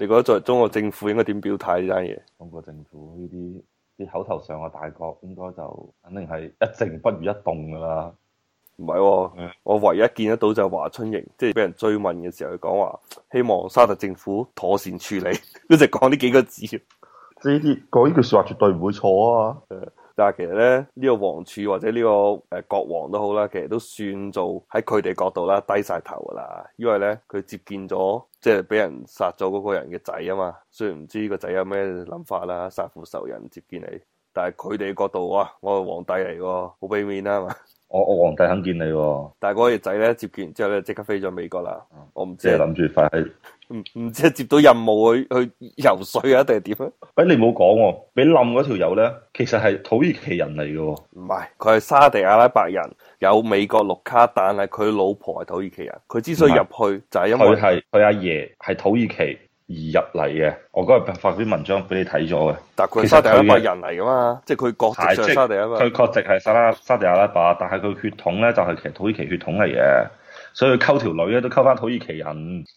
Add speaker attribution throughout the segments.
Speaker 1: 你覺得作為中國政府應該點表態呢單嘢？
Speaker 2: 中國政府呢啲啲口頭上嘅大國，應該就肯定係一靜不如一動噶啦。
Speaker 1: 唔係喎
Speaker 2: 嗯，
Speaker 1: 我唯一見得到就係華春瑩，即係俾人追問嘅時候，佢講話希望沙特政府妥善處理， 佢就講呢幾個字。
Speaker 2: 即係呢啲講呢句説話絕對唔會錯啊！
Speaker 1: 但係其實咧，呢、個王儲或者呢、個誒、呃國王都好啦，其實都算做喺佢哋角度啦，低晒頭噶啦。因為咧，佢接見咗即係俾人殺咗嗰個人嘅仔啊嘛。雖然唔知個仔有咩諗法啦，殺父仇人接見你，但係佢哋角度哇，我係皇帝嚟喎，好俾面啦係嘛。
Speaker 2: 我我皇帝肯見你喎、
Speaker 1: 但係嗰個仔咧接見完之後咧，即刻飛咗美國啦。我唔知
Speaker 2: 即係
Speaker 1: 嗯係
Speaker 2: 諗住快哎去。
Speaker 1: 唔唔知係接到任務去 去游水啊，定係點啊？
Speaker 2: 喂，你冇講喎，俾冧嗰條友咧，其實係土耳其人嚟嘅喎。
Speaker 1: 唔係，佢係沙地阿拉伯人，有美國綠卡，但係佢老婆係土耳其人。佢之所以入去就係因
Speaker 2: 佢
Speaker 1: 為
Speaker 2: 係佢阿爺係土耳其而入嚟嘅。我嗰日發篇文章俾你睇咗嘅，
Speaker 1: 但係佢係沙地阿拉伯人嚟噶嘛，即係佢國籍
Speaker 2: 係
Speaker 1: 上
Speaker 2: 即
Speaker 1: 係沙地阿拉伯
Speaker 2: 佢
Speaker 1: 人。
Speaker 2: 確籍係沙拉沙地阿拉伯，但係佢血統咧就係、其實土耳其血統嚟嘅，所以佢溝條女咧都溝翻土耳其人，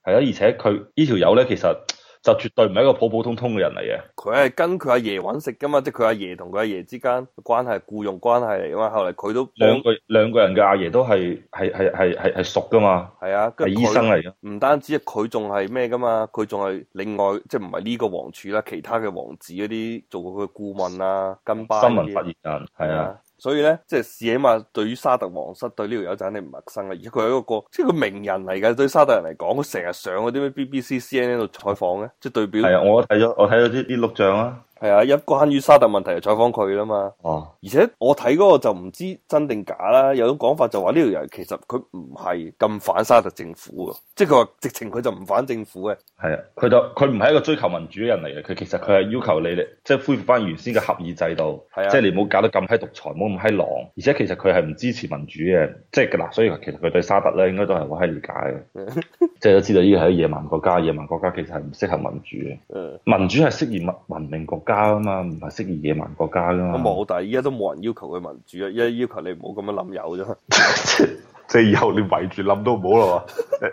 Speaker 2: 係啊，而且佢呢條友咧其實就絕對唔係一個普普通通嘅人嚟嘅。
Speaker 1: 佢係跟佢阿爺揾食噶嘛，即係佢阿爺同佢阿爺之間嘅關係僱傭關係嚟噶嘛。後嚟佢都
Speaker 2: 兩個兩個人嘅阿爺都係係係係係係熟噶嘛，
Speaker 1: 係啊，
Speaker 2: 係
Speaker 1: 跟住
Speaker 2: 醫
Speaker 1: 佢
Speaker 2: 生嚟嘅。
Speaker 1: 唔單止佢仲係咩噶嘛，佢仲係另外即係唔係呢個王儲啦，其他嘅王子嗰啲做過佢嘅顧問啊、跟班
Speaker 2: 新
Speaker 1: 嗰啲
Speaker 2: 聞發言人係啊，，
Speaker 1: 所以咧，即係起碼對於沙特皇室對呢條友就肯定唔陌生啦。而且佢係一個即係個名人嚟嘅，對沙特人嚟講，佢成日上嗰啲咩 BBC、CNN 度採訪嘅，即係對表
Speaker 2: 係啊，我睇咗我睇咗啲啲錄像啦。
Speaker 1: 係啊，一關於沙特問題就採訪佢啦嘛。
Speaker 2: 哦，
Speaker 1: 而且我睇嗰個就唔知真定假啦，有種講法就話呢條人其實佢唔係咁反沙特政府嘅，即係佢話直情佢就唔反政府嘅。
Speaker 2: 係啊，佢就佢唔係一個追求民主嘅人嚟嘅，佢其實佢係要求你哋即係恢復翻原先嘅合議制度，
Speaker 1: 係啊
Speaker 2: 即係你唔好搞得咁閪獨裁，唔好咁閪狼。而且其實佢係唔支持民主嘅，即係嗱，所以其實佢對沙特咧應該都係好閪理解嘅， 即係都知道呢個係野蠻國家，野蠻國家其實係唔適合民主嘅，
Speaker 1: 嗯，
Speaker 2: 民主係適宜文文明國家啊嘛，唔係適宜野蠻國家噶
Speaker 1: 咁
Speaker 2: 嘛。
Speaker 1: 啊冇，但係依家都冇人要求佢民主啊，依家要求你唔好咁樣諗友啫嘛。
Speaker 2: 即係以後你圍住冧都唔好啦喎，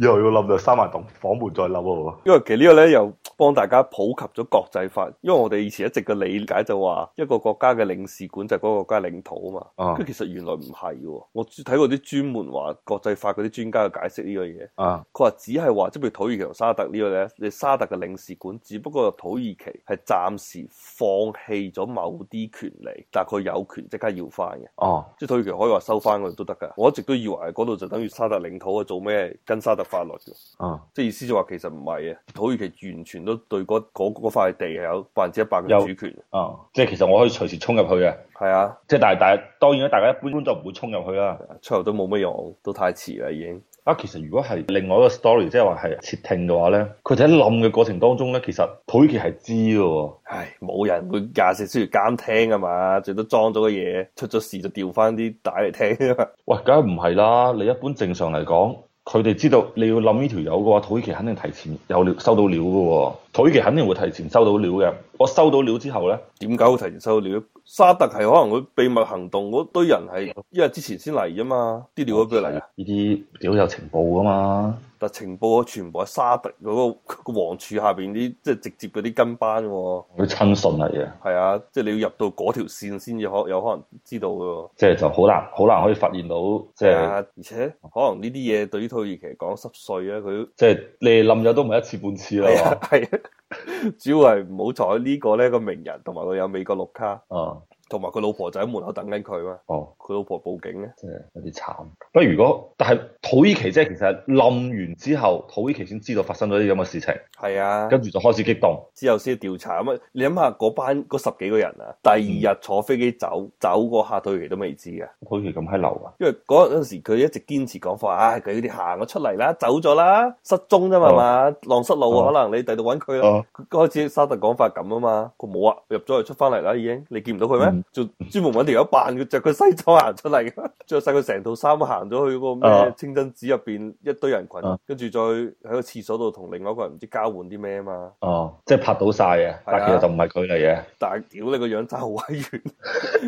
Speaker 2: 以後要冧就閂埋棟房門再冧喎。
Speaker 1: 因為其實呢個咧又幫大家普及咗國際法，因為我哋以前一直嘅理解就話一個國家嘅領事館就係嗰個國家領土啊嘛，
Speaker 2: 啊
Speaker 1: 跟住其實原來唔係喎，我睇過啲專門話國際法嗰啲專家嘅解釋呢個嘢，
Speaker 2: 啊，
Speaker 1: 佢話只係話即係譬如土耳其同沙特呢個咧，你沙特嘅領事館只不過土耳其係暫時放棄咗某啲權利，但係佢有權即刻要翻嘅。
Speaker 2: 哦。
Speaker 1: 即係土耳其可以話收翻佢都得㗎，我一直都以為嗰度就等於沙特領土啊，做咩跟沙特法律嘅。
Speaker 2: 啊，
Speaker 1: 即係意思就話其實唔係嘅，土耳其完全都對嗰嗰嗰塊地係有百分之一百嘅
Speaker 2: 有
Speaker 1: 主權嘅，
Speaker 2: 啊，即係其實我可以隨時衝入去嘅，
Speaker 1: 係啊，
Speaker 2: 即係但係但係當然啦，大家一般般就唔會衝入去啦。
Speaker 1: 出頭都冇乜用，都太遲啦已經。
Speaker 2: 啊，其實如果係另外一個 story，即係話係竊聽嘅話咧，佢哋喺冧嘅過程當中咧，其實土耳其係知嘅喎。
Speaker 1: 唉，冇人會廿四小時監聽啊嘛，最多裝咗個嘢，出咗事就調翻啲帶嚟聽啊嘛。
Speaker 2: 喂，梗係唔係啦？你一般正常嚟講，佢哋知道你要冧呢條友嘅話，土耳其肯定提前有料收到料嘅喎。土耳其肯定會提前收到料嘅。我收到料之後咧，
Speaker 1: 點解會提前收料？沙特係可能會秘密行動嗰堆人係一日之前先嚟啫嘛，啲料都俾佢嚟啊。
Speaker 2: 呢啲屌有情報㗎嘛？
Speaker 1: 但情報啊全部喺沙特嗰、個、 個王儲下邊啲，即係直接嗰啲跟班喎、
Speaker 2: 啲親信嚟嘅。
Speaker 1: 係啊，即係你要入到嗰條線先至可有可能知道嘅喎。
Speaker 2: 即係就好難，好難可以發現到，即
Speaker 1: 係
Speaker 2: 係
Speaker 1: 啊，而且可能呢啲嘢對於土耳其嚟講濕碎啊，佢
Speaker 2: 即係你哋冧咗都唔係一次半次啦
Speaker 1: 係
Speaker 2: 係嘛
Speaker 1: 啊，係啊， 主要係唔好彩呢個咧個名人同埋佢有美國綠卡，
Speaker 2: 啊，
Speaker 1: 同埋佢老婆就喺門口等緊佢嘛，
Speaker 2: 哦，
Speaker 1: 佢老婆報警咧，啊
Speaker 2: 即係有啲慘。不過如果但係土耳其即係其實冧完之後，土耳其先知道發生咗啲咁嘅事情，
Speaker 1: 係啊，
Speaker 2: 跟住就開始激動。
Speaker 1: 之後先調查咁啊，你諗下嗰班嗰十幾個人啊，第二日坐飛機走走嗰下土耳其都未知啊嘅。
Speaker 2: 土耳其咁閪流啊！
Speaker 1: 因為嗰陣時佢一直堅持講法，唉、佢哋行咗出嚟啦，走咗啦，失蹤啫嘛，係嘛、浪失路啊，
Speaker 2: 哦
Speaker 1: 可能你第度揾佢啦。
Speaker 2: 哦
Speaker 1: 佢開始沙特講法咁啊嘛，佢冇啊，入咗去出翻嚟啦，已經，你見唔到佢咩？
Speaker 2: 人
Speaker 1: 就專門揾條友扮佢着佢西裝行出嚟 嘅，着晒佢成套衫行咗去嗰個咩
Speaker 2: 啊
Speaker 1: 清真寺入邊一堆人群
Speaker 2: 啊，
Speaker 1: 跟住再喺個廁所度同另外一個人唔知交換啲咩嘛。
Speaker 2: 哦，即係拍到晒嘅，但係其實就唔係佢嚟嘅。
Speaker 1: 但係啊屌你個樣爭好閪遠，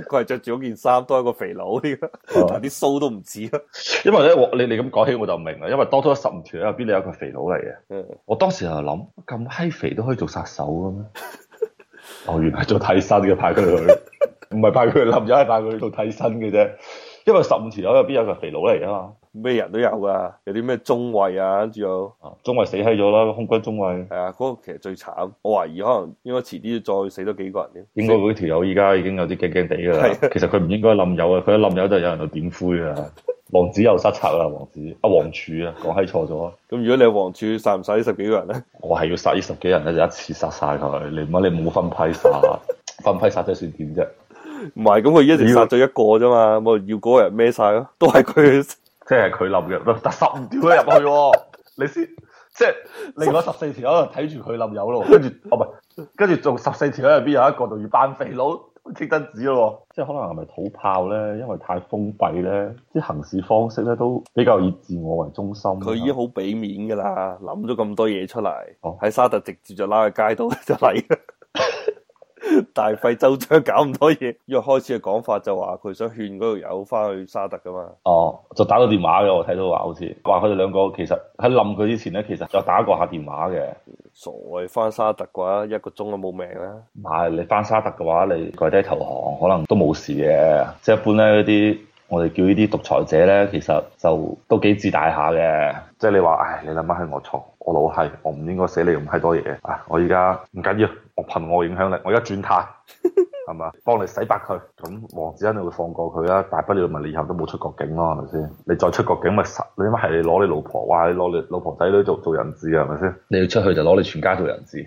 Speaker 1: 佢係着住嗰件衫都係一個肥佬嚟嘅，
Speaker 2: 哦
Speaker 1: 但係啲須都唔似啊。
Speaker 2: 因為咧，我你你咁講起我就唔明啦，因為當初十五條入邊你有一個肥佬嚟嘅，
Speaker 1: 嗯
Speaker 2: 我當時就諗咁閪肥都可以做殺手嘅咩？ 哦，原來做替身嘅派佢 去，唔係派佢去冧友，係派佢去做替身嘅啫。因為十五條友入邊有一個肥佬嚟啊
Speaker 1: 咩人都有噶，有啲咩中衛啊，跟住有
Speaker 2: 嘛，中衛死閪咗啦，空軍中衛，
Speaker 1: 係啊，嗰、個其實最慘。我懷疑可能應該遲啲再死多幾個人添。
Speaker 2: 應該嗰條友依家已經有啲驚驚地㗎啦。其實佢唔應該冧友啊，佢一冧友就有人去點灰啊。王子又失策啦，王子啊，王柱啊，講閪錯咗啊。
Speaker 1: 咁如果你係王柱殺唔殺呢十幾個人咧？
Speaker 2: 我係要殺呢十幾人咧，就一次殺晒佢。你唔好你冇分批殺，分批殺即係算點啫？
Speaker 1: 唔係，咁佢一直殺咗一個啫嘛，咪要嗰個人孭晒咯，都係佢。
Speaker 2: 即係佢冧入，得十五條入去 喎。你先即係另外十四條喺度睇住佢冧友 咯，跟住哦唔係，跟住仲十四條喺入邊有一個就要扮肥佬清真寺咯。即係可能係咪土炮咧？因為太封閉咧，啲行事方式咧都比較以自我為中心。啊
Speaker 1: 佢已經好俾面噶啦，諗咗咁多嘢出嚟，
Speaker 2: 哦
Speaker 1: 喺、沙特直接就拉去街度 就嚟啦。大費周章搞咁多嘢，因為開始嘅講法就話佢想勸嗰條友翻去沙特噶嘛，
Speaker 2: 哦，就打到電話嘅，我睇到話好似話佢哋兩個其實喺冧佢之前咧，其實有打過下電話嘅。
Speaker 1: 傻嘅翻沙特嘅話一個鐘都冇命啦。
Speaker 2: 唔係你翻沙特嘅話，你跪低投降可能都冇事嘅。即係一般咧，嗰啲我哋叫呢啲獨裁者咧，其實就都幾自大下嘅。即係你話，唉，你諗下係我錯，我老係，我唔應該死你咁閪多嘢。啊，我而家唔緊要，我憑我影響力，我而家轉態。 係嘛？幫你洗白佢，咁王子欣你會放過佢啦。大不了咪你以後都冇出國境咯，係咪先？你再出國境咪實，你乜係你攞你老婆，哇！你攞你老婆仔女做做人質啊，係咪先？你要出去就攞你全家做人質，